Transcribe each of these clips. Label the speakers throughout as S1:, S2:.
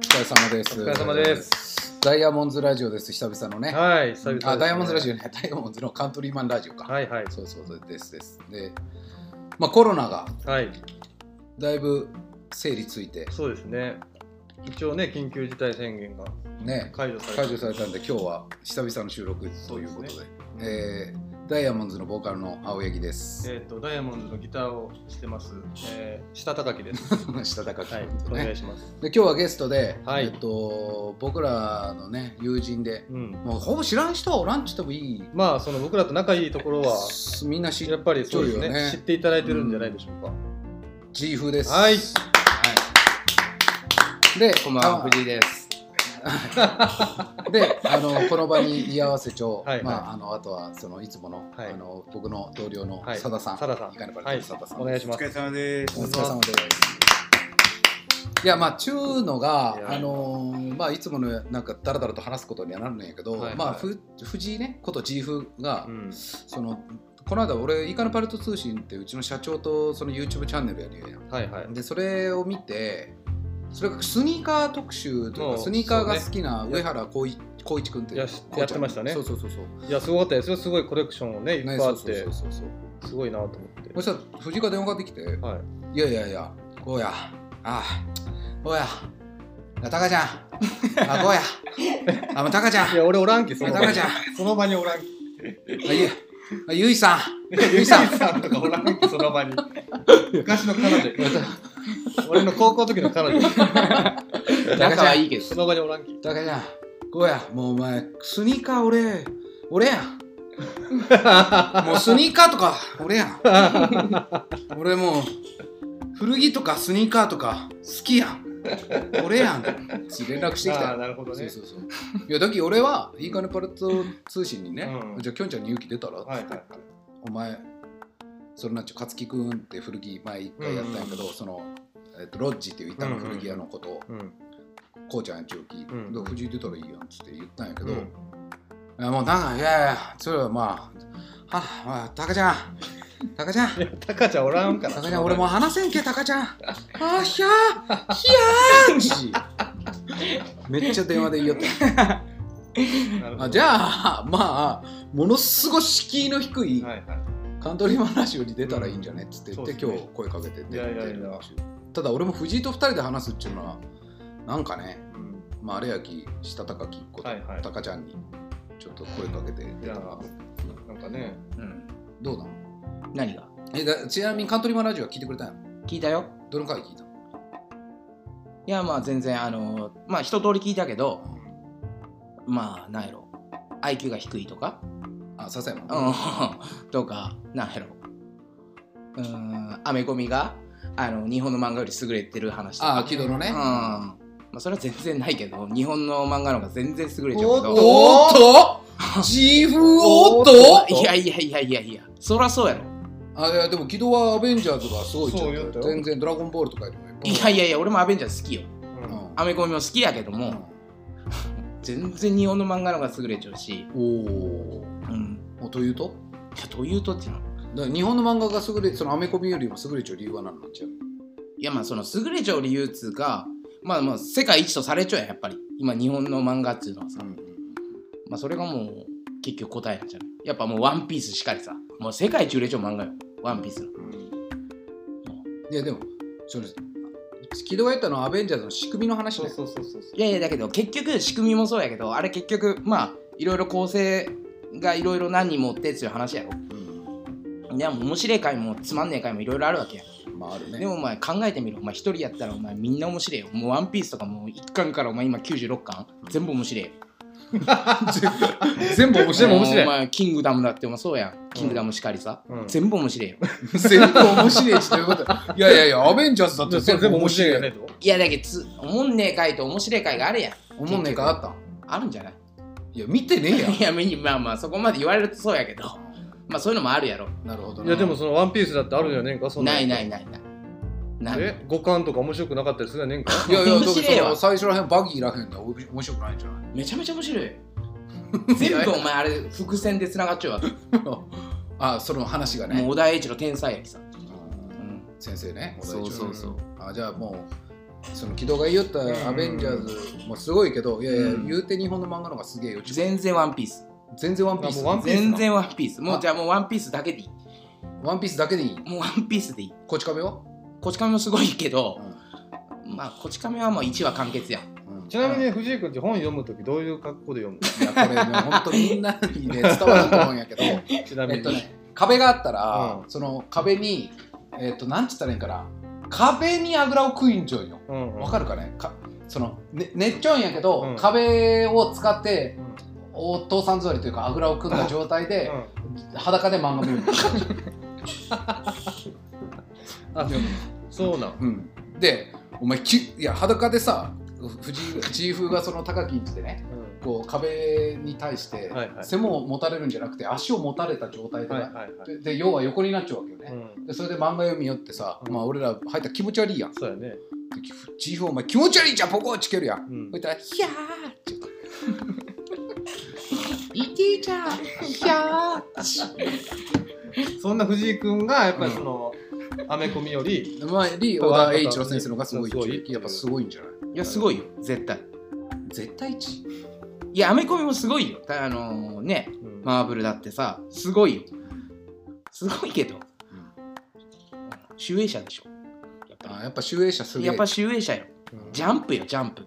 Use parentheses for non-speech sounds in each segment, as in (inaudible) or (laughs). S1: 疲れ様です。
S2: お疲れ様です。
S1: ダイヤモンズラジオです。久々のね。
S2: はい、久々ですね
S1: あ、ダイヤモンズラジオね。 (laughs) ダイヤモンズのカントリーマンラジオか。
S2: はいはい。
S1: そうそうそうですです。で、まあコロナが
S2: はい、
S1: だいぶ整理ついて
S2: そうですね。一応ね、緊急事態宣言が
S1: ね、
S2: 解除された
S1: 解除されたんで今日は久々の収録ということで、
S2: そう
S1: えーダイヤモンズのボーカルの青柳です。
S2: えっ、と、ダイヤモンドのギターをしてます、えー、下高木です。
S1: (laughs)
S2: は
S1: したたかき
S2: い
S1: 君、と
S2: お
S1: ね。
S2: 願いします。
S1: で今日はゲストで、
S2: はい
S1: えっと僕らのね友人で、
S2: うん。
S1: もうほぼ知らん人はおらんって言ってもいい。
S2: まあ、その僕らと仲いいところは、
S1: みんな知
S2: やっぱりそうですね
S1: そうよね
S2: 知っていただいてるんじゃないでしょうか。
S1: ジーフです。
S2: はい
S1: はいで、
S3: こんばんは、
S1: あ
S3: 藤井です。
S1: で、あのこの場に居合わせ帳、
S2: (laughs) はい
S1: まああのあとはそのいつもの、
S2: はい
S1: あの僕の同僚の
S2: はい
S1: 佐田さん、
S2: 佐田さん
S1: いかにば
S2: はい
S1: 佐田さん、
S2: お願いし
S3: お
S2: ま
S3: 疲
S2: す。
S3: れ様です。
S1: お疲れ様です。いやまあ中のが
S2: いや
S1: あのーまあいつものなんかだらだらと話すことにはなるんやけど、
S2: はいはい
S1: まあふ藤井ねことジーフが、
S2: うん。
S1: そのこの間俺イカのパルト通信ってうちの社長とその YouTube チャンネルやるやん。
S2: はいはい。
S1: でそれを見てそれがスニーカー特集というか
S2: うん
S1: スニーカーが
S2: そうね
S1: 好きな上原浩一浩一君っていう
S2: や
S1: こうちゃん
S2: やってましたね
S1: そうそうそうそう
S2: いや、すごかったですよ。すごいコレクションをね、いっぱ
S1: ね
S2: いあ
S1: そう
S2: っ
S1: そう
S2: て
S1: そう、そうそう
S2: すごいなと思って。
S1: そしたら藤井から電話ができて「
S2: はい。
S1: いやいやいやこうやああこうやあタカちゃん
S2: (laughs)
S1: あこうやあもうタカちゃん
S2: いや、俺おらんき、そ
S1: あ
S2: の
S1: タ
S2: 場
S1: カ
S2: に
S1: ちゃん。
S2: その場におらんき。 (laughs)
S1: あゆあゆいさんゆ
S2: ゆ
S1: い
S2: い
S1: さ
S2: さ
S1: ん
S2: んとかおらんきその場に。昔の彼女。俺の高校の時の彼
S1: (laughs)
S2: 女。
S3: 仲はいいけど。
S2: その場におらんき。
S1: タカちゃんこうやもうお前スニーカー俺俺やんもうスニーカーとか俺やん俺もう古着とかスニーカーとか好きやん俺やん連絡してきた
S2: あー
S1: よ
S2: なるほど
S1: そう
S2: ね。
S1: そうそういやだけ俺は「いいかねパレット通信」にね、
S2: うん
S1: じゃあきょんちゃんに勇気出たら、
S2: はいはいはい。
S1: お前それなんちゅう勝木くんって古着前一回やったんやけど、その、えっとロッジっていう板の古着屋のことを、
S2: うん。
S1: こうちゃんやっちゅうき、
S2: ん
S1: で藤井出たらいいやんっつって言ったんやけ
S2: け
S1: ど、いやもうなんかいやいやそれはまあはあまあタカちゃんタカちゃん
S2: いや、タカちゃんおらんから。
S1: タカちゃん俺もう話せんけタカちゃんあーひゃーひゃーんじめっちゃ電話で言いよった
S2: なるほど。
S1: あじゃあまあものすごい敷居の低い
S2: はいはい。
S1: カントリーマンラジオに出たらいいんじゃねっつって言って、
S2: うんそう
S1: 今
S2: ですね
S1: 日声かけて出て
S2: いやいやいや
S1: ただ俺も藤井と二人で話すっていうのはなんかね
S2: うん
S1: まああれやきしたたかきこと、
S2: はいはい
S1: タカちゃんにちょっと声かけて
S2: い
S1: 出
S2: や
S1: たら、
S2: なんかね。
S1: うん、どうなの
S3: 何が
S1: えだちなみにカントリーマンラジオは聞いてくれたんやろ
S3: 聞いたよ。
S1: どの回聞いたの
S3: いや、まあ全然、あの、まあ一通り聞いたけど、まあ、なんやろ。IQ が低いとか、
S1: あ笹山の
S3: うん、とか、なんやろ。うーん、アメコミが、あの、日本の漫画より優れてる話とか。
S1: あ木戸のね
S3: うん。まあそれは全然ないけど、日本の漫画の方が全然優れちゃうけど。
S1: おっと自負おっと
S3: いやいやいやいやいや、そらそうやろ。
S1: あいやでも木戸はアベンジャーズがすごいち
S2: そう
S1: ょ
S2: よ
S1: っと全然ドラゴンボールとかよりもやっぱ
S3: いやいやいや、俺もアベンジャーズ好きよ。
S2: うん
S1: うん
S3: アメコミも好きやけども、全然日本の漫画の方が優れちゃうし、
S1: おお
S3: うん、
S1: おというと
S3: いやどういうとっていうの
S1: だから日本の漫画が優れそのアメコミよりも優れちゃう理由は何なんちゃう
S3: いやまあその優れちゃう理由っつうかまあまあ世界一とされちゃうやんやっぱり今日本の漫画っつうのはさ、まあそれがもう結局答えなんじゃないやっぱもうワンピースしかりさもう世界一売れちゃう漫画よワンピースの
S1: いやでもその木戸が言ったのはアベンジャーズの仕組みの話
S2: そ
S1: ね
S2: うそうそうそうそう。
S3: いやいやだけど結局仕組みもそうやけどあれ結局まあいろいろ構成がいろいろ何人もおってっていう話やろいやもう面白い回もつまんねえ回もいろいろあるわけやん
S1: まああるね
S3: でもお前考えてみろお前一人やったらお前みんな面白いよもうワンピースとかもう1巻からお前今96巻全部面白いよ
S1: 全部面
S3: で
S1: 白い
S3: も
S1: 面白
S3: お
S1: い
S3: 前キングダムだってお前そうやんキングダムしかりさ、
S2: うん
S3: 全部面白いよ
S1: 全部面白いしということいやいやいやアベンジャーズだって全部面白いよ
S2: よ
S1: ね
S2: ね。
S3: いやだけどつおもんねえ回と面白い回があるやん
S1: 思んねえかあった
S3: あるんじゃない
S1: いや見て
S3: (laughs)
S1: ねえや
S3: いやみにまあまあそこまで言われるとそうやけどまあそういうのもあるやろ
S1: なるほど
S2: い
S1: な
S2: や、でもそのワンピースだってあるんじゃねえか、そん
S3: ない
S2: い。
S3: ないないないない
S2: え、五感とか面白くなかったりするんじゃねえんか。
S1: いやいやだ
S3: 面白い
S1: から
S3: わ
S1: 最初らへんバギーらへんで面白くないんじゃない
S3: めちゃめちゃ面白い
S2: (laughs)
S3: よ全部お前あれ伏線でつながっちゃうわけ、
S1: あその話が
S3: も
S1: ね
S3: う小田栄一の天才やきさ、
S1: うん
S3: うん
S1: 先生ね小田
S3: そ
S1: 井
S3: う
S1: 一
S3: そ
S1: 郎
S3: うそう
S1: あじゃあもうその木戸が言いよったアベンジャーズもすごいけど、いやいや、
S3: うん
S1: 言うて日本の漫画の方がすげえよ
S3: 全然ワンピース
S1: 全然ワンピース
S2: あもうワンピース
S3: 全然ワンピースも
S1: あ
S3: うじゃあもうワンピースだけでいい
S1: ワンピースだけでいい
S3: もうワンピースでいい
S1: こち亀は、
S3: こち亀もすごいけど、まあこち亀はもう1話完結やん
S1: うん
S2: ちなみに藤井君って本読むときどういう格好で読
S1: い
S2: む
S1: やこれね本当みんなにね伝わると思うんやけどえ
S2: (laughs) のちなみに。
S1: っとね壁があったら、
S2: う
S1: その壁にえっとなんつったらいいんかな壁にあぐらを食いんじゃんよ
S2: うんうん
S1: わかるかねかそのねねっちょんやけど、
S2: うん
S1: 壁を使って
S2: うん
S1: お父さん座りというかあぐらを組んだ状態で、裸で漫画見るんです、
S2: あでもそうなん。
S1: うん、でお前きいや裸でさ藤井藤井風がその高木んちでね
S2: うん
S1: こう壁に対して、
S2: はいはい
S1: 背も持たれるんじゃなくて足を持たれた状態で,、
S2: はいはいはい。
S1: でで要は横になっちゃうわけよ
S2: う
S1: ね、
S2: ん。
S1: でそれで漫画読みよってさ、
S2: うん
S1: まあ俺ら入ったら気持ち悪いやんで
S2: そうやね。
S1: 藤井風お前気持ち悪いじゃんポコッチけるやん
S2: うん
S1: そし。たら「ひゃー」って言うから「
S2: (laughs)
S1: いてじゃんひゃ
S2: そんな藤井君がやっぱりそのアメコミより
S1: ー」まあリ小田栄一郎先生の方がすごい
S2: すごい
S1: やっぱすごいんじゃない
S3: いやすごいよ絶対
S1: 絶対一
S3: いやアメコミもすごいよだあのーね
S2: うん
S3: マーブルだってさすごいよすごいけど集英社でしょやっぱ
S1: あやっぱ集英社す
S3: り
S1: げえ
S3: やっぱ集英社よ
S1: うん
S3: ジャンプよジャンプ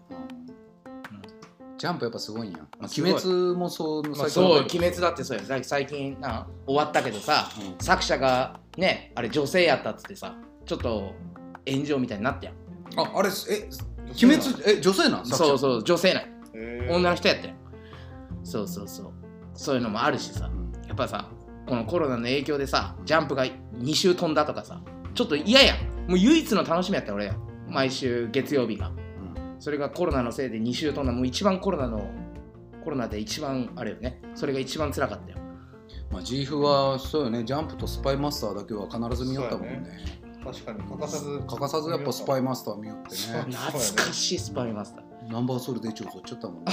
S1: ジャンプやっぱすごいんや
S3: まあ
S1: 鬼滅もそう
S3: まあ、
S1: 最
S3: そう
S1: 近
S3: 「鬼滅」だってそうやさ最近な終わったけどさ、
S1: うん
S3: 作者がねあれ女性やったっつってさちょっと炎上みたいになったやん
S1: ああれえ鬼滅え女性なん作者
S3: そうそう女性なん
S2: へー
S3: 女の人やったやんそうそうそうそういうのもあるしさ
S1: うん
S3: やっぱさこのコロナの影響でさジャンプが2週飛んだとかさちょっと嫌やんもう唯一の楽しみやったよ俺や毎週月曜日がそれがコロナのせいで2週飛んだもう一番コロナのコロナで一番あれよねそれが一番辛かったよ
S1: まあ G フはそうよねジャンプとスパイマスターだけは必ず見よったもん
S2: そう
S1: ね
S2: 確かに欠かさず
S1: 欠かさずやっぱスパイマスター見よってね
S3: 懐かしいスパイマスター
S1: ナンバーソウルで一応取っちゃったもん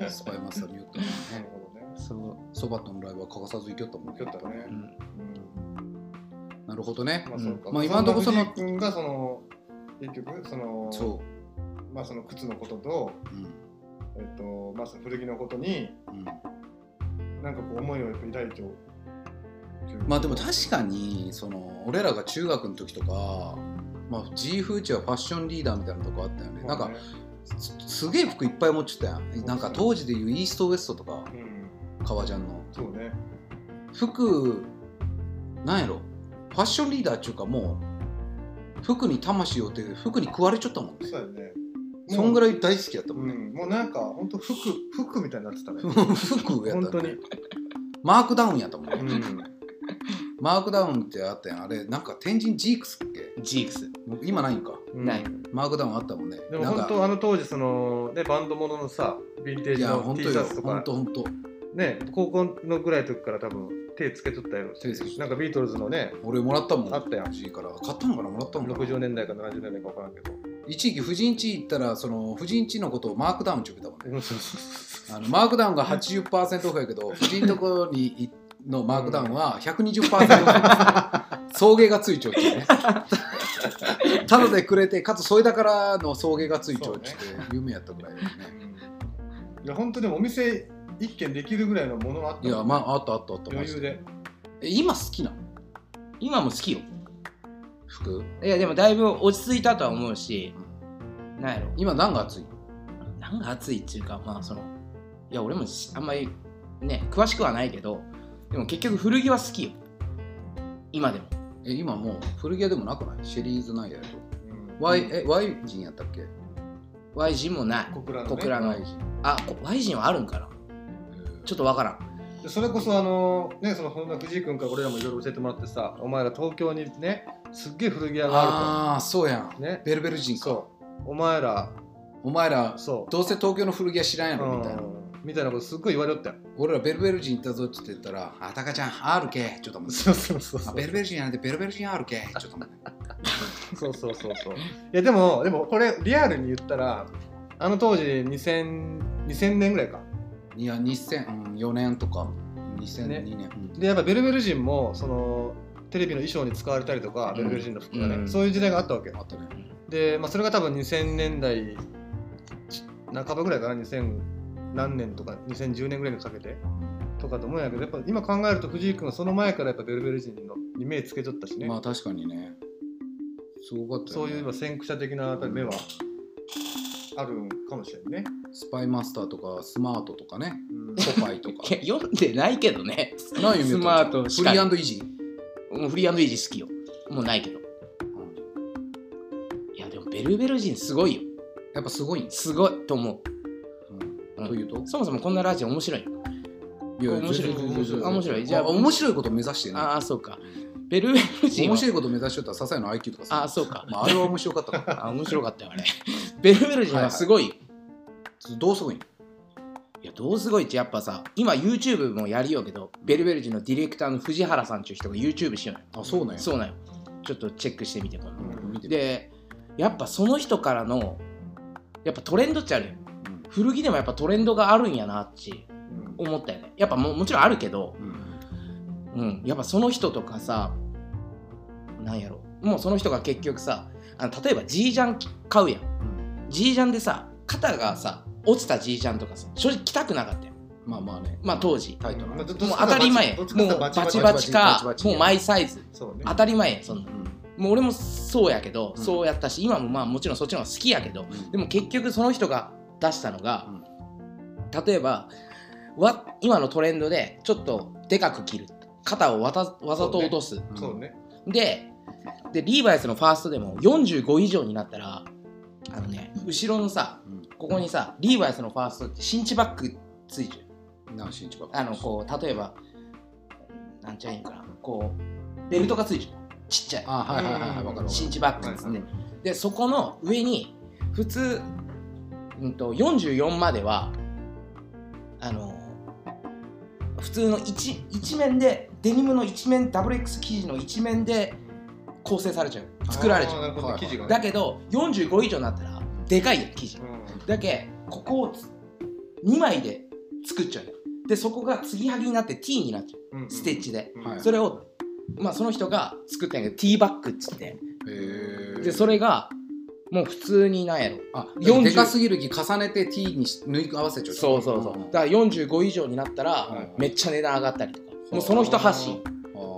S1: ねスパイマスター見 (laughs) よったもん
S2: なる
S1: ね。
S2: ほどね。
S3: (laughs) そう、
S1: そばとのライブは欠かさず行きよったもんね。
S2: 行きよったね
S3: うん、
S2: うん
S1: なるほどね。
S2: まあそうか。
S1: まあ今のとこそ
S2: そん
S1: の
S2: な藤井君がその結局その
S1: そ
S2: まあその靴のことと
S1: う。うん。
S2: えっとまあその古着のことに
S1: うん、
S2: なんかこう思いをやっぱ抱いてお
S1: まあでも確かにその俺らが中学の時とか、まあ、G 風潮はファッションリーダーみたいなとこあったよね。なんかすすげえ服いっぱい持っちゃったやん。なんか当時でいうイーストウエストとか
S2: うん
S1: 革ジャンの
S2: そうね。
S1: 服なんやろファッションリーダーっちゅうかもう服に魂をって服に食われちゃったもんね。
S2: そうだよね。
S1: そんぐ
S2: い。
S1: らい大好きやったもんね
S2: うん。もうなんか本当服服みたいに
S1: (laughs)
S2: なってたね。
S1: 服や
S2: 本
S1: った
S2: 当
S1: ね
S2: に。
S1: マークダウンやったもんね、
S2: うん。
S1: マークダウンってあったやんあれなんか天神ジークスっけ
S3: ジークス
S1: 今ないんか
S3: ない
S1: マークダウンあったもんね
S2: でも
S1: なん
S2: 本
S1: か
S2: 当あの当時そのねバンドもののさヴィンテー
S1: い
S2: ジ
S1: や
S2: の
S1: 本
S2: T
S1: 当
S2: シ
S1: よ
S2: ャツと
S1: 本
S2: か
S1: 当本当
S2: ね高校のぐらいの時から多分手つけとったよ
S1: 手つけとった
S2: なんかビートルズのね
S1: 俺もらったもん
S2: あったやん
S1: 藤井から買ったのかなもらったのか
S2: 60
S1: な
S2: 年代か70年代か分からんけど
S1: 一時期藤井んち行ったらその藤井んちのことをマークダウンって呼んでたもんね
S2: うんそうそうそう
S1: あのマークダウンが80%オフやけど藤井んとこにいのマークダウンは120%オフ送迎がついちゃうっていうねただでくれてかつそれだからの送迎がついちゃうっていう夢やったぐらいだよね
S2: いや本当でもお店一軒できるぐらいのものあった
S1: いや、まあ、あったあったあった。マ
S2: 余
S1: ジ
S2: 裕で
S1: え、今好きな
S3: 今も好きよ
S1: 服
S3: いやでもだいぶ落ち着いたとは思うしなんやろ
S1: 今何が暑い
S3: なんか暑いっていうかまあそのいや俺もしあんまりね詳しくはないけどでも結局古着は好きよ今でも
S1: え、今もう古着屋でもなくないシリーズないやと。
S2: うん
S1: Y、え、Y 人やったっけ
S3: Y 人もない
S2: 小倉のね
S3: 小倉の
S1: Y 人。
S3: あこ Y 人はあるんかなちょっとわからん
S2: でそれこそあのねその本田藤井君から俺らもいろいろ教えてもらってさお前ら東京にねすっげえ古着屋があ
S1: ああ、そうや
S2: る
S1: ん。
S2: とね
S1: ベルベル人か。
S2: そうお前ら
S1: お前ら、
S2: そう
S1: どうせ東京の古着屋知らんやろみたいな。
S2: うんみたいなことすっごい言われよったよ (laughs)
S1: 俺らベルベル人行ったぞって言ったら、あたかちゃん、RK ちょっと待って。
S2: そうそうそう
S1: あ
S2: そう
S1: ベルベル人なんてベルベル人 RK ちょっと待って。
S2: そうそうそうそういやでもでもこれリアルに言ったらあの当時2000 2000年ぐらいか
S1: いや、2004年とか、2002年。
S2: でやっぱベルベル人もそのテレビの衣装に使われたりとか、
S3: うん
S2: ベルベル人の服がね、
S3: うん
S2: そういう時代があったわけよ
S1: あったね。
S2: で、まあ、それが多分2000年代ち半ばぐらいかな2000何年とか2010年ぐらいにかけてとかと思うんやけどやっぱ今考えると藤井君はその前からやっぱベルベル人のに目つけちゃったしね、
S1: まあ確かにね。すごかった
S2: そ
S1: よ、
S2: う
S1: ね。
S2: いうまあ先駆者的なやっぱり目はあるんかもしれんね、
S1: スパイマスターとかスマートとか (laughs) ね。
S2: うん
S1: ポパイとか。 (laughs)
S3: いや読んでないけどね
S1: 何読
S3: ス
S1: みよ
S3: マ
S1: った
S3: ート
S1: フ
S3: し
S1: リ
S3: かり
S1: ーイージー。
S3: もうフリーイージー好きよもうないけどいやでもベルベル人すごいよ
S1: やっぱすごいんです。
S3: すごいと思う、
S1: というと
S3: そもそもこんなラジオ面白いよ
S1: いや
S3: 面白い
S1: 全然全然全然
S3: あ面白いじゃあ
S1: あ面白いこと目指してね。
S3: ああそうかベルベル人
S1: 面
S3: は
S1: 白いこと目指しとったら、ささいの IQ とかさ。
S3: あそうか
S1: まあ、あれは面白かったか (laughs)
S3: あ面白かったよあれベルベル人はすごいよ、
S1: ら。どうすごいん
S3: いやどうすごいってやっぱさ今 YouTube もやりようけどベルベル人のディレクターの藤原さんっていう人が YouTube しようよ
S1: あ、そうなんや。
S3: そうなんよちょっとチェックしてみてこの
S1: 見てみよ
S3: でやっぱその人からのやっぱトレンドっちゃあるよ
S1: ううん
S3: 古着でもやっぱトレンドがあるんやなって思ったよねやっぱももちろんあるけど、
S1: うん
S3: うん、やっぱその人とかさなんやろもうその人が結局さあの例えば G ジャン買うやん G ジャンでさ肩がさ落ちた G ジャンとかさ正直着たくなかったよ
S1: まあまあね。
S3: まあ当時
S1: タイトな。
S2: まあどどっ
S3: も
S2: ち
S3: う
S2: か
S3: 当たり前や
S2: バチど
S3: もう
S2: っちか
S3: バ
S2: バ
S3: チ
S2: チ
S3: バ
S2: バ
S3: チ
S2: チ
S1: バ
S3: か
S1: チバチ
S3: もうマイサイズ
S2: そうね
S3: 当たり前やんそんなんもう俺もそうやけど、
S1: うん
S3: そうやったし今もまあもちろんそっちの方が好きやけどで
S1: も、
S3: も結局その人が出したのが、例えばわ今のトレンドでちょっとでかく切る肩をわたわざと落とす、
S2: そうね
S3: ででリーバイスのファーストでも45以上になったらあのね後ろのさここにさリーバイスのファーストって新地バッグついてる
S1: 何しんちば
S3: あのこう例えばなんちゃらいいんかなこうベルトがついてるちっちゃい
S1: あ、はいはいはいはい、わかるわかる。
S3: 新地バッグっつって、
S1: はい
S3: でそこの上に普通、うん、と44まではあの普通の一一面でデニムの一面 WX 生地の一面で構成されちゃう作られち
S2: あー
S3: ゃ
S2: なるほど
S1: はい
S2: 生地
S3: う
S2: が
S3: だ
S2: ね
S3: けど45以上になったらでかいやん生地
S2: うん
S3: だけここを2枚で作っちゃうよでそこが継ぎはぎになって T になっちゃ
S2: うんうん
S3: うステッチで、
S2: うん
S3: それをまあその人が作ったんやけど T バッグっつって
S1: へー
S3: でそれがもう普通になんやろ
S1: あ、
S3: 40
S1: でかすぎる木重ねて T にし縫い合わせちゃう。
S3: そうそうそうだから45以上になった
S1: はいはい
S3: らめっちゃ値段上がったりとかもうその人発信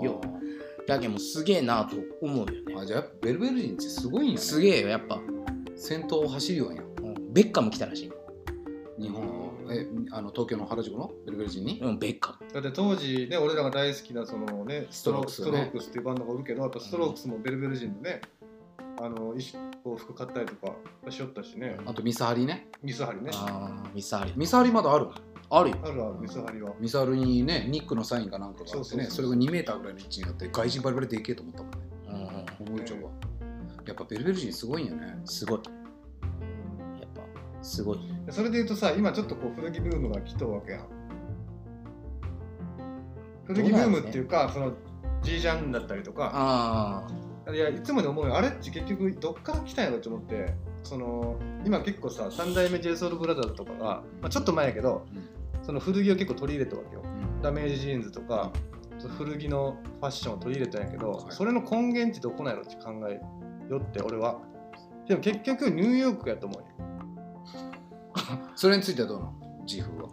S3: よ
S1: あ
S3: だけどもうすげえなと思うよね
S1: ーあ、じゃあやっぱベルベル人ってすごいんやね。
S3: すげえよやっぱ、
S1: 先頭を走るようやん。
S3: うんベッカム来たらしい、
S1: 日本の、え、あの東京の原宿のベルベル人に。
S3: うん、ベッカ
S2: だって当時ね俺らが大好きなそのねストロークス
S1: ス
S2: ス
S1: ト
S2: ト
S1: ロ
S2: ロ
S1: ー
S2: ー
S1: ク
S2: クスっていうバンドがおるけどやっぱストロークスもベルベル人のねあの衣装服買ったりとかしよったしね
S1: あとミサハリね。
S2: ミスハリね
S3: ムああミサーリ
S1: ミサハリまだある
S3: あるよ
S2: あるあるミスハリは
S1: ミサハリにね、ニックのサインかなんかがあ
S2: そう
S1: っ
S2: そ
S1: て
S2: う
S1: ね、
S2: そう
S1: それが2メーターぐらいの位置になって、外人バリバリでけえと思ったもんね。
S3: うんうん
S1: 思いちゃうわ。やっぱベルベル人すごいんよね。
S3: すごいやっぱすごい
S2: それで言うとさ今ちょっとこう古着ブームが来とうわけやん古着ブームっていうかその G ジャンだったりとか
S3: あ
S2: いやいつもね思うよあれっち結局どっから来たんやろって思ってその今結構さ三代目 j s o u l b r o t h e r とかが、まあ、ちょっと前やけど、その古着を結構取り入れたわけよ
S1: うん
S2: ダメージジーンズとか、その古着のファッションを取り入れたんやけど、
S1: はい
S2: それの根源地どこなんやろって考えよって俺はでも結局ニューヨークやと思うよ
S1: それについてはどうなのジーフは。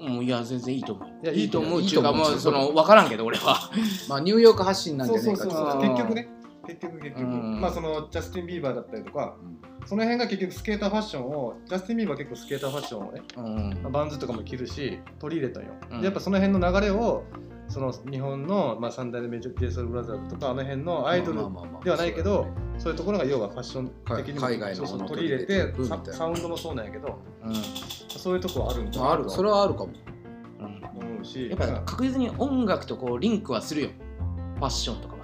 S3: あもうんいや全然いいと思う
S2: いや
S3: いいと思う
S1: い
S3: っ
S1: い
S3: て
S1: と
S3: いう
S1: 思
S3: か
S1: う
S3: もうその分からんけど俺は
S1: まあニューヨーク発信なんじ
S2: そう
S1: ゃな
S2: そ
S1: いうか
S2: そう
S1: とか
S2: そう
S3: あー
S2: 結局ね結局結局
S3: うん
S2: まあそのジャスティン・ビーバーだったりとか
S1: うん
S2: その辺が結局スケーターファッションをジャスティン・ビーバー結構スケーターファッションをね
S3: うん
S2: バンズとかも着るし取り入れたんよ、
S3: うん
S2: でやっぱその辺の流れをその日本の、まあ、三代目 j s o u l b r o t h e r とかあの辺のアイドル、
S1: まあまあまあまあ
S2: ではないけどそういうところが要はファッション的にも
S1: 海外の
S2: そうそう
S1: ものを
S2: 取り入れて
S1: 取り入れていくみたい
S2: サ
S1: な
S2: サウンドもそうなんやけど
S3: うん
S2: そういうとこはあるん
S1: まああるそれ
S2: は
S1: はあるかも。
S3: うん
S2: 思うし
S3: やっぱ確実に音楽とこうリンクはするよファッションとかは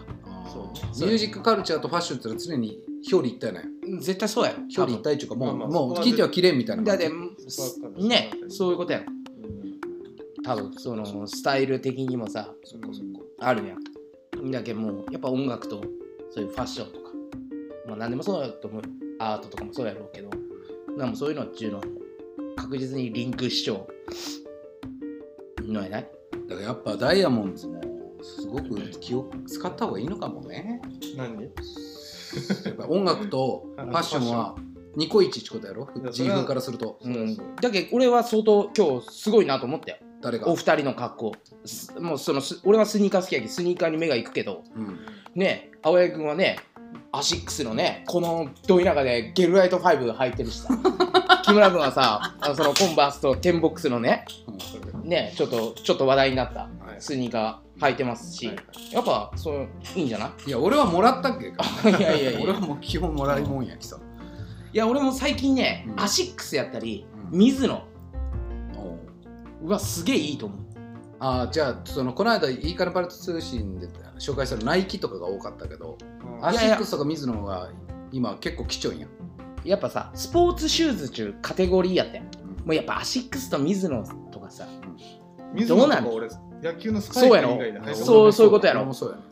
S2: そう
S1: ミュージックカルチャーとファッションってのは常に表裏一体なんや。
S3: 絶対そうやろ
S1: 表裏一体っていうかもう、
S2: まあまあ
S1: も
S2: そうこは
S1: 聞いてはきれんみたいな
S3: だ
S1: 感
S3: っ
S1: じ。
S3: て
S2: そこは
S3: ね
S2: そう
S3: そういうことやろ
S2: うん
S3: 多分そのスタイル的にもさ
S1: そっかそっか
S3: あるやんだけどもうやっぱ音楽とそういうファッションとかまあ何でもそうだと思うよアートとかもそうやろうけどなんかもうそういうのっていうのは確実にリンクしちゃうのやない
S1: だからやっぱダイヤモンドズもすごく気を使った方がいいのかもね
S2: 何に
S1: やっぱ音楽とファッションはニコイチってことやろ
S2: いやそ
S1: 自
S2: れは
S1: 分からすると
S3: うん、だけど俺は相当今日すごいなと思ったよ
S1: 誰が
S3: お二人の格好すもうそのす俺はスニーカー好きやけどスニーカーに目がいくけど
S1: うん
S3: ね青柳君はねアシックスのねこのど田舎でゲルライト5履いてるしさ木村君はさあのそのコンバースとテンボックスのねねちょっとちょっと話題になった
S2: はい
S3: スニーカー履いてますし、
S2: はい
S3: やっぱそういいんじゃない
S1: いや俺はもらったっけか
S3: いやいやい
S1: (laughs) 俺は
S3: や
S1: もう基本もらいもんやきさ
S3: いや俺も最近ね、
S1: うん
S3: アシックスやったり、
S1: うん
S3: 水野はすげえいいと思う
S1: ああじゃあそのこの間いいからパルト通信で紹介したナイキとかが多かったけど
S2: うん
S1: ア
S3: いや
S1: シ
S3: いや
S1: ックスとか水野が今結構貴重いんや
S3: やっぱさスポーツシューズ中カテゴリーやったやんもうやっぱアシックスとミズノとかさ
S2: 水
S3: どう
S2: 野
S3: な
S2: と
S3: ん
S2: か俺野球のスパイク以外で入ったこと
S3: そうそういうことやろ
S1: 俺もそうやね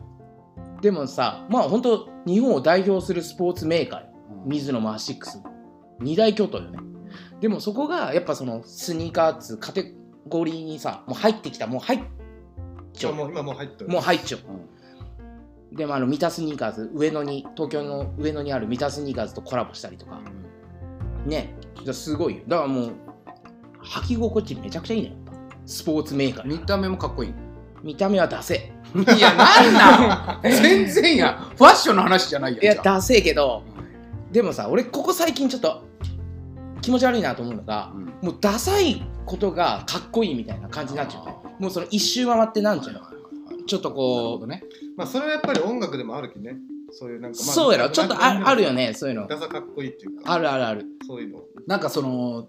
S3: でもさまあ本当日本を代表するスポーツメーカーよ
S1: うん
S3: ミズノもアシックスも二大巨頭よねでもそこがやっぱそのスニーカーっつうカテゴリーにさもう入ってきたもう入っちゃ
S2: あ
S3: う
S2: もう今もう入ったよ
S3: もう入っちゃう、でもあの三田スニーカーズ上野に東京の上野にある三田スニーカーズとコラボしたりとかねじゃあすごいよだからもう履き心地めちゃくちゃいいねやっぱスポーツメーカー
S1: 見た目もかっこいい
S3: 見た目はダセ
S1: いや
S3: (laughs)
S1: なんなん全然やファッションの話じゃないやん
S3: えいや
S1: じゃあ
S3: ダセえけど
S1: う
S3: でもさ俺ここ最近ちょっと気持ち悪いなと思うのが
S1: んうん
S3: もうダサいことがかっこいいみたいな感じになっちゃうねもうその一周回ってなんちゃうのちょっとこう、
S1: ね
S2: (laughs) まあそれはやっぱり音楽でもあるきねそういうなんかまあ
S3: そうやろちょっとああるよ
S2: ね
S3: ねそういうの
S2: ダサかっこいいっていうか
S3: あるあるある
S2: そういうの
S1: なんかその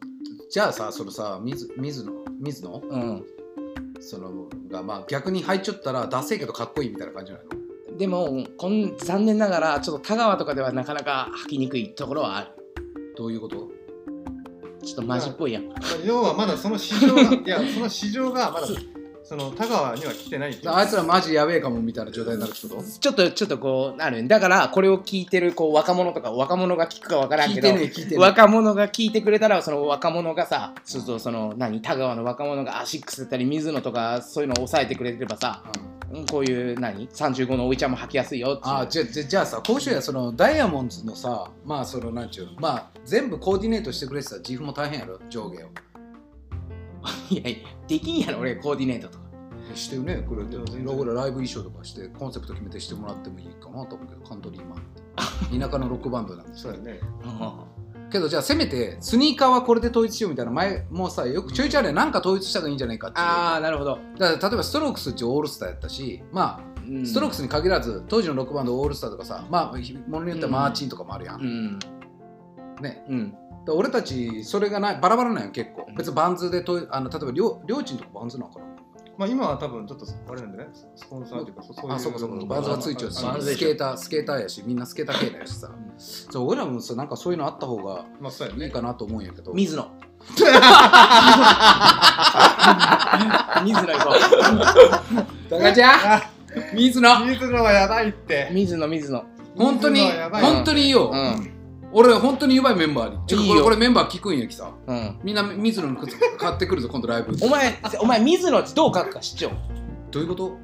S1: じゃあさそのさ水水野水野
S3: うん
S1: そのがまあ逆に入っちゃったらダセえけどかっこいいみたいな感じなの
S3: でもこん残念ながらちょっと田川とかではなかなか履きにくいところはある
S1: どういうこと
S3: ちょっとマジっぽいやん
S2: まあ要はまだその市場がいやその市場がまだその田川には来てないっていう
S1: あいつらマジやべえかもみたいな状態になるってこと
S3: ちょっとちょっとこうなるだからこれを聞いてるこう若者とか若者が聞くかわからん
S1: 聞
S3: け
S1: い
S3: ど
S1: てねえ聞いてね
S3: 若者が聞いてくれたらその若者がさそうそうその何田川の若者がアシックスだったり水野とかそういうのを抑えてくれてればさ
S1: え、うん
S3: うんこういう何35のおいちゃんも履きやすいよっていう
S1: あーじゃあじゃあじゃあさ今週やそのダイヤモンズのさまあそのなんちゅうのまあ全部コーディネートしてくれてたら自分も大変やろ上下を
S3: (laughs) いやいやできんやろ俺コーディネートとか
S1: してねこれで
S2: で
S1: も
S2: も
S1: 俺らライブ衣装とかしてコンセプト決めてしてもらってもいいかなと思うけどカントリーマンって田舎のロックバンドなんです
S2: そうだよね
S1: けどじゃあせめてスニーカーはこれで統一しようみたいな前もうさよくちょいちょいあれなんか統一した方がいいんじゃないかっていう
S3: ああなるほど、
S1: だから例えばストロークスってオールスターやったしまあストローク
S3: ス
S1: スに限らず当時のロックバンドオールスターとかさまあものによってはマーチンとかもあるやん、
S3: うん
S1: ね
S3: うん
S1: だから俺たちそれがないバラバラなんや結構
S3: うん
S1: 別にバンズでといあの例えばりょうりょうちんとかバンズなんかな
S2: まあ今は多分ちょっとあれなんでねスポンサーっていうかそそういう
S1: あそうかそうかバンズがついちゃうし
S3: バンズで
S1: ス
S3: しょ
S1: ケータースケーターやしみんなスケーター系だやしさそう俺らもさなんかそういうのあった方が
S2: まあそうや
S1: いい (laughs)
S2: ね
S1: かなと思うんやけど
S3: 水 (laughs) 野水野行こ
S1: だからじゃあ水野
S2: 水野はやばいって
S3: う水野水野
S1: 本当に
S2: 水野はやばい
S1: 本当にいいよ、
S3: うん
S1: 俺本当にやばいメンバーにちょっと
S3: いい
S1: こ
S3: よ
S1: れこれメンバー聞くんやきさ
S3: うん
S1: みんな水野の靴買ってくるぞ今度ライブ
S3: お前お前水野ってどう書くか知っちゃう
S1: どういうこと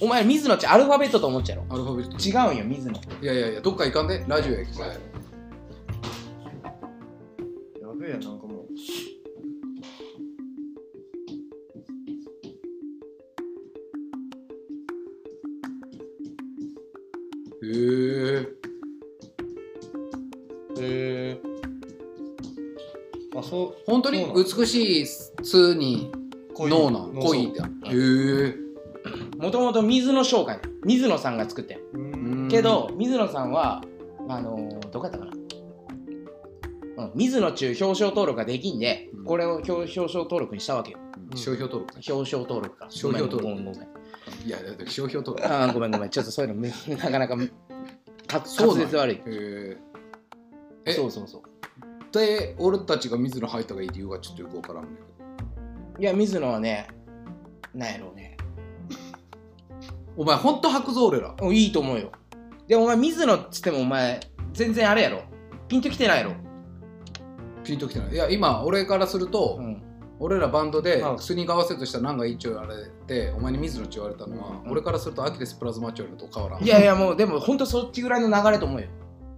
S3: お前水野ってアルファベットと思っちゃう
S1: アルファベット
S3: ろ違うんよ水野
S1: いやいやいやどっか行かんでラジオやきさ
S2: やべえやんなんかもう
S1: へえ
S2: へえあそう
S1: 本当に
S2: そうなの
S1: 美しい通に脳なの
S2: 濃
S1: 濃
S2: い
S1: いんだへえ
S3: もともと水野商会水野さんが作ってん
S2: う
S1: うんん
S3: けど、水野さんはあのーどこやったかなうん、水野中表彰登録ができんで、
S1: うん
S3: これを表表彰登録にしたわけ
S1: う
S3: よ。
S1: ん商標登録
S3: 表彰登録か。
S1: 商標登録
S3: ごめんごめんごめん。
S1: いやだって商標登録
S3: あーごめんごめん。ちょっとそういうのめ (laughs) なかなかか
S1: (laughs) そうな
S3: 滑
S1: んや
S3: 舌悪い。
S1: へえ
S3: そうそうそう。
S1: で俺たちが水野入った方がいい理由がちょっとよくわからんねんけど
S3: いや、水野はね、なんやろうね。
S1: お前ほんと履くぞ俺ら
S3: うんいいと思うよ。で、お前、水野っつってもお前、全然あれやろ。ピンときてないやろ。
S1: ピンときてないいや今俺からすると、
S3: うん。
S1: 俺らバンドで
S2: うん
S1: スニーカー合わせるとしたら何がいいって言われてお前に水野って言われたのは、
S3: うん
S1: 俺からするとアキレスプラズマチョよりと河原
S3: いやいやもうでも本当そっちぐらいの流れと思うよ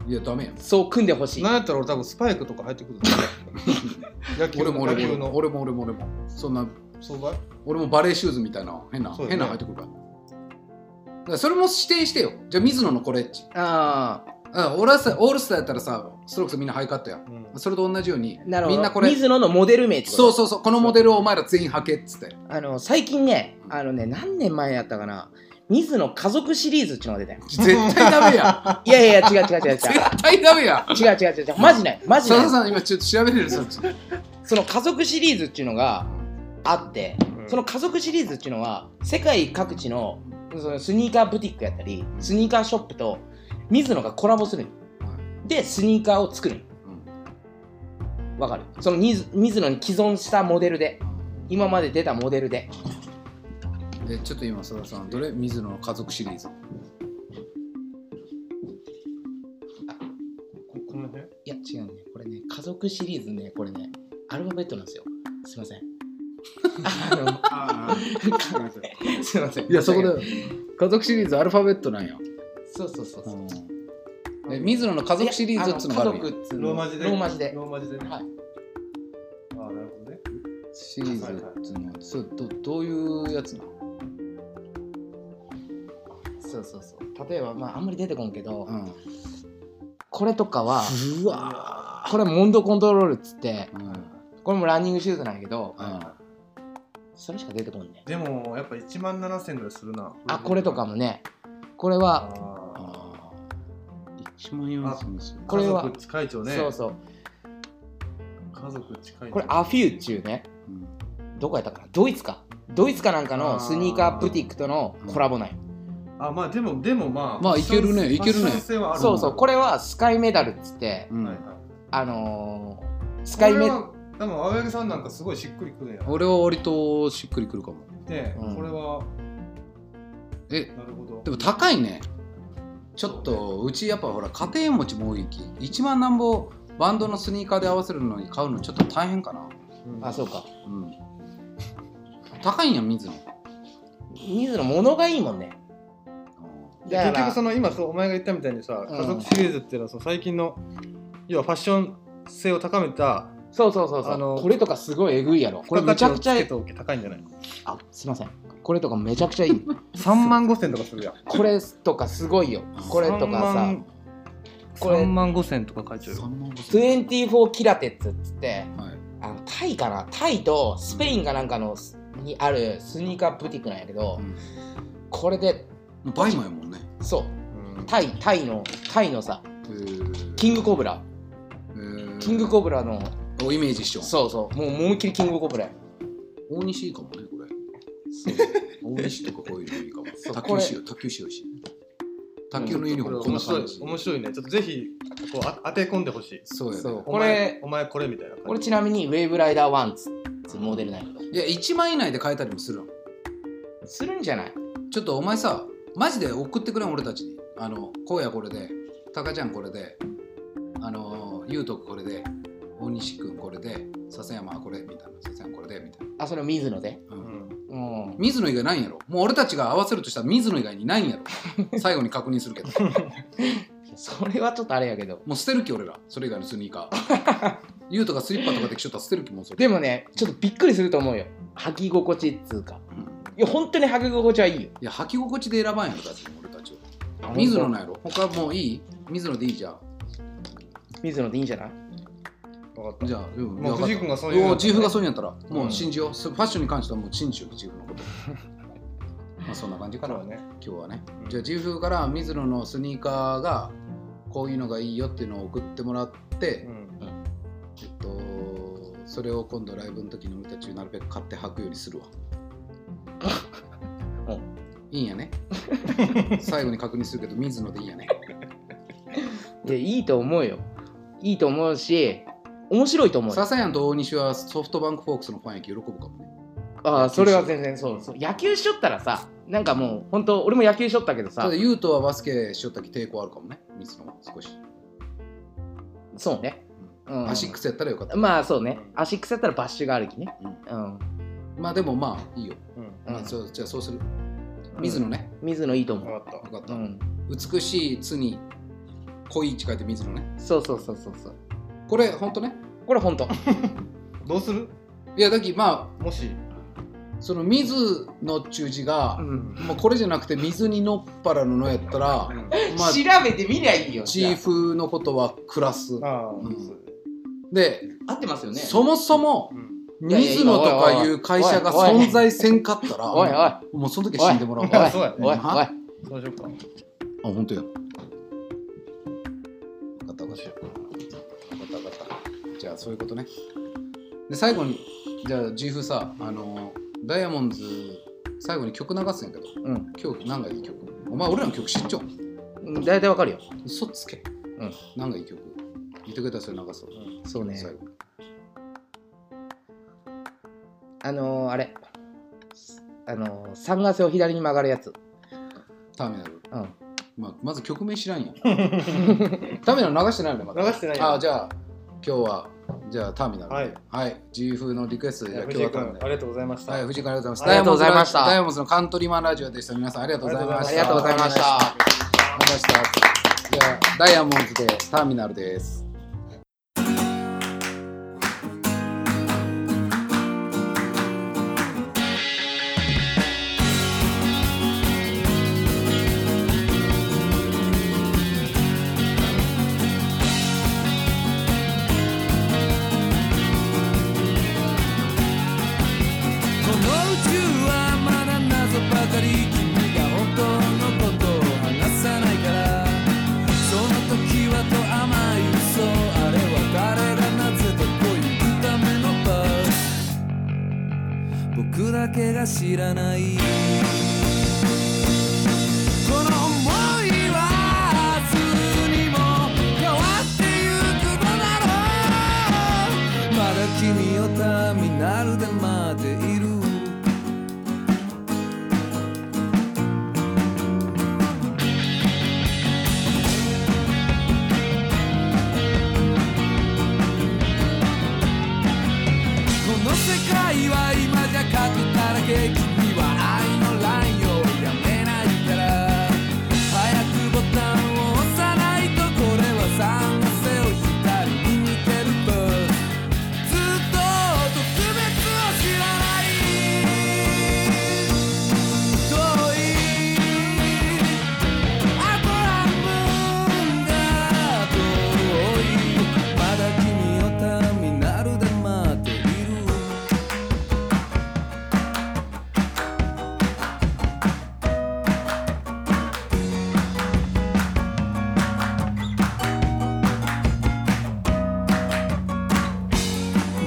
S1: いやダメやん
S3: そう組んでほしい
S2: なんやったら俺多分スパイクとか入って
S1: (laughs)
S2: くると思う野球
S1: 俺も俺
S2: 野球
S1: も
S2: の
S1: 俺も俺も俺もそんな
S2: 相場
S1: 俺もバレーシューズみたいな変な、
S2: そうだね
S1: 変なの入ってくるからだからそれも指定してよじゃあ水野のこれっち
S3: あ
S1: うん俺はさオールスターやったらさストロークスみんなハイカットやん
S2: うん
S1: それと同じように
S3: あなるほど
S1: みんなこれ
S3: 水野のモデル名ってこと
S1: そうそうそうこのモデルをお前ら全員履けっつって
S3: あの最近ねあのね何年前やったかな水野家族シリーズっていうのが出たよ
S1: 絶対ダメや
S3: いやいや違う違う違う
S1: (laughs)
S3: 違う
S1: 絶対ダメや
S3: 違う違う違う違うマジないマジ
S1: 佐
S3: ない
S1: 野さん今ちょっと調べてるそっち
S3: その家族シリーズっていうのがあって
S2: うん
S3: その家族シリーズっていうのは世界各地のそのスニーカーブティックやったりスニーカーショップと水野がコラボするのでスニーカーを作るのわかるその水水野に既存したモデルで今まで出たモデルで
S1: えちょっと今佐田さんどれ水野の家族シリーズ
S2: ここの辺
S3: いや違うねこれね家族シリーズねこれねアルファベットなんですよすいませんあ
S2: ああ
S3: の (laughs) すいません
S1: いやそこで家族シリーズアルファベットなんや、
S3: そうそうそうそう
S1: え水野の家族シリーズっつうのがあるん
S3: い
S1: や
S3: やあの家族っつうの
S2: ローマ字で
S3: ローマ字で
S2: ローマ字でね
S3: はい
S2: ああなるほどね
S1: シリーズっつうのはそうどどういうやつなの
S3: そうそうそう例えばまああんまり出てこんけど、
S1: うん
S3: これとかは
S1: うわ
S3: これモンドコントロールっつって
S1: うん
S3: これもランニングシューズなんやけど、
S1: う
S3: それしか出てこんね
S2: でもやっぱ1万7000円ぐらいするな
S3: あこれとかもねこれは
S2: あ
S1: 1万4000
S2: あ
S3: これは
S2: 家族近いちょね
S3: そうそう
S2: 家族近い
S3: これアフューチューねどこやったかなドイツかドイツかなんかのスニーカーブティックとのコラボなんよ
S2: あまあでもでもまあ
S1: まあいけるねいけるね
S2: ファッション性はある
S3: そうそうこ
S2: れ
S3: れはスカイメダルっつって
S1: うん
S2: はいはい
S3: あのー、スカイメダル
S2: これはでも青柳さんなんかすごいしっくりくるやん
S1: 俺は割としっくりくるかも
S2: ね
S3: うん
S2: これは
S1: え
S2: なるほど
S1: でも高いねちょっとうちやっぱほら家庭持ちも多いき1万なんぼバンドのスニーカーで合わせるのに買うのちょっと大変かな
S2: うん
S3: あそうか
S1: うん高いんや水野
S3: 水野物がいいもんね
S2: で
S3: だから
S2: 結局その今そうお前が言ったみたいにさ
S3: うん
S2: 家族シリーズっていうのはその最近の要はファッション性を高めた
S3: そうそうそうそう、
S2: あのー
S3: これとかすごいえぐいやろこれめちゃくちゃ
S2: 付加価値をつけた高いんじゃない
S3: あすいませんこれとかめちゃくちゃいい
S2: 3万5千とかするやん
S3: これとかすご (laughs) いよこれとかさこれ
S2: 3万5千とか書いちゃう
S1: 3
S2: よ
S1: 万5000
S3: 24キラテッツっつって
S1: はい
S3: あのタイかなタイとスペインかなんかのすにあるスニーカーブティックなんやけどこれで
S1: うん倍もやもんね
S3: そう
S2: うん
S3: タイタイのタイのさキ
S1: キ
S3: ングコブラキングコブラの
S1: おイメージしよ
S3: そうそうもう思いっきりキングコブラや
S1: う大西いいかもねこれ大西とかこういうのいいかも
S3: そう
S1: 卓球しよう卓球しようし卓球のユニフォームこんな感じ
S2: 面白い面白いねちょっとぜひこうあ当て込んでほしい
S1: そうや
S3: そ
S1: ね
S3: う
S2: お前お前これみたいな
S3: これ
S2: 感じ
S3: ちなみにウェーブライダー1っつつモデルなんやけ
S1: いや1万以内で買えたりもするの
S3: どするんじゃない
S1: ちょっとお前さマジで送ってくれん俺たちにあのこうやこれでタカちゃんこれであのゆうとくんこれで大西くんこれで笹山はこれみたいな笹山これでみたい
S3: あそれ水野で
S1: な、うん
S2: うん
S3: うん
S1: 水野以外ないんやろもう俺たちが合わせるとしたら水野以外にないんやろ最後に確認するけど
S3: それはちょっとあれやけど
S1: もう捨てる気俺らそれ以外のスニーカーユウとかスリッパとかできちょっと捨てる気もうそれ
S3: でもねちょっとびっくりすると思うよ履き心地っつうか
S1: うん
S3: いや本当に履き心地はいいよ
S1: いや履き心地で選ばんやろだって俺たちは水野なんやろ他もういい水野でいいじゃん
S3: 水野でいいんじゃない
S2: 分かった
S1: じゃあ、うん、
S2: もう
S1: わかった
S2: 藤井君がそう言うんやったら
S1: 自負がそう言うんやったら、もううん信じよう。そファッションに関してはもう信じよう、自負の
S2: (laughs)
S1: こと。まあそんな感じかな、
S2: そうね
S1: 今日はね。
S2: うん
S1: じゃあ、自負から水野のスニーカーがこういうのがいいよっていうのを送ってもらって、
S2: うん
S1: えっと、それを今度ライブの時に俺たちなるべく買って履くようにする
S2: (laughs)
S1: わ。
S3: お
S1: いいんや
S2: (laughs)
S1: ね。最後に確認するけど、水野でいいんやね。
S3: でいいと思うよいいと思うし面白いと思うよ
S1: 笹谷と大西はソフトバンクフォークスのファンやき喜ぶかもね。
S3: ああそれは全然そうそう野球しちょったらさなんかもう本当俺も野球しちょったけど
S1: た
S3: さ
S1: だ、優斗はバスケしよったき抵抗あるかもね、水野は少し。
S3: そうねうん
S1: アシックスやったらよかった、
S3: まあそうねアシックスやったらバッシュがあるきねうん
S1: まあでもまあいいよ、
S2: うん
S1: ま
S3: う
S1: あ、
S3: ん
S1: そうじゃあそうする水野ね、
S3: 水野いいと思う
S2: わかった
S1: よかっ
S3: う
S1: た、
S3: ん
S1: 美しい「つ」に「恋」って書いて水野ね
S3: そうそうそうそうそう
S1: これほんとね
S3: これ本当
S2: どうする
S1: いやだきま
S2: もし
S1: あその水野っちゅう字が、
S3: うん
S1: もうこれじゃなくて水にのっぱらののやったら、
S2: うん
S1: まあ
S3: 調べてみりゃいいよ
S1: チ
S3: じゃあ
S1: ーフのことは暮らす
S2: ああ
S1: うん
S2: そう
S1: で、
S3: 合ってますよね
S1: そもそも
S2: うん
S1: 水野とかいう会社が存在せんかったら
S3: おいおい
S1: もうその時は死んでもらおう
S3: おい
S1: あ
S2: そうやね
S3: おいおい
S2: そうしようか
S1: 本当よ分かった分かった分かった分かったじゃあそういうことねで最後にじゃあ G 風さあのダイヤモンドズ最後に曲流すんやけど
S3: うん
S1: 今日何がいい曲お前俺らの曲知っちょ
S3: うん大体わかるよ
S1: 嘘つけ
S3: うん
S1: 何がいい曲言ってくれたらそれ流そう
S3: そうね
S1: 最後
S3: あのー、あれあのー、三ヶ瀬を左に曲がるやつ
S1: ターミナル
S3: うん
S1: まあ、まず曲名知らんや
S2: (laughs)
S1: ん。ターミナル流してないよね、まだ。
S2: 流してないよ
S1: あじゃあ、今日は、じゃあターミナル。
S2: はい。
S1: はい。自由風のリクエストで、じゃあ今
S2: 藤
S1: 日
S2: 井
S1: はタ
S2: 君
S1: ーミ
S2: あ
S1: ナル。
S2: りがとうございました
S1: はい、藤井君ありがとうございました。
S3: ありがとうございました
S1: ダイヤモンドズのカントリーマナージュでした。皆さんありがとうございました。
S3: ありがとうございました
S1: ありがとうございました。じゃあ、ダイヤモンドズでターミナルです。
S4: この宇宙はまだ謎ばかり君が本当のことを話さないからその時はと甘い嘘あれは誰がなぜどこ行くためのバス僕だけが知らないこの想いは明日にも変わってゆくのだろうまだ君をターミナルで待っているこの世界は今じゃ過去だらけ君は愛のラインをやめないから早くボタンを押さないとこれは三の瀬を左に見てるとずっと特別を知らない遠いアトラムが遠いまだ君をターミナルで待っている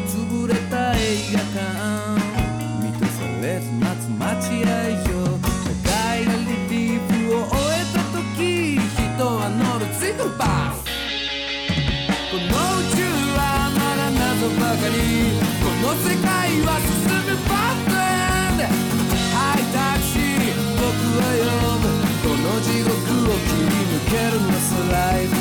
S4: 潰れた映画館満たされず待つ待合所互いがリリーフを終えた時人は乗るツイクルバスこの宇宙はまだ謎ばかりこの世界は進むバッテンハイタクシー僕は呼ぶこの地獄を切り抜けるのスライド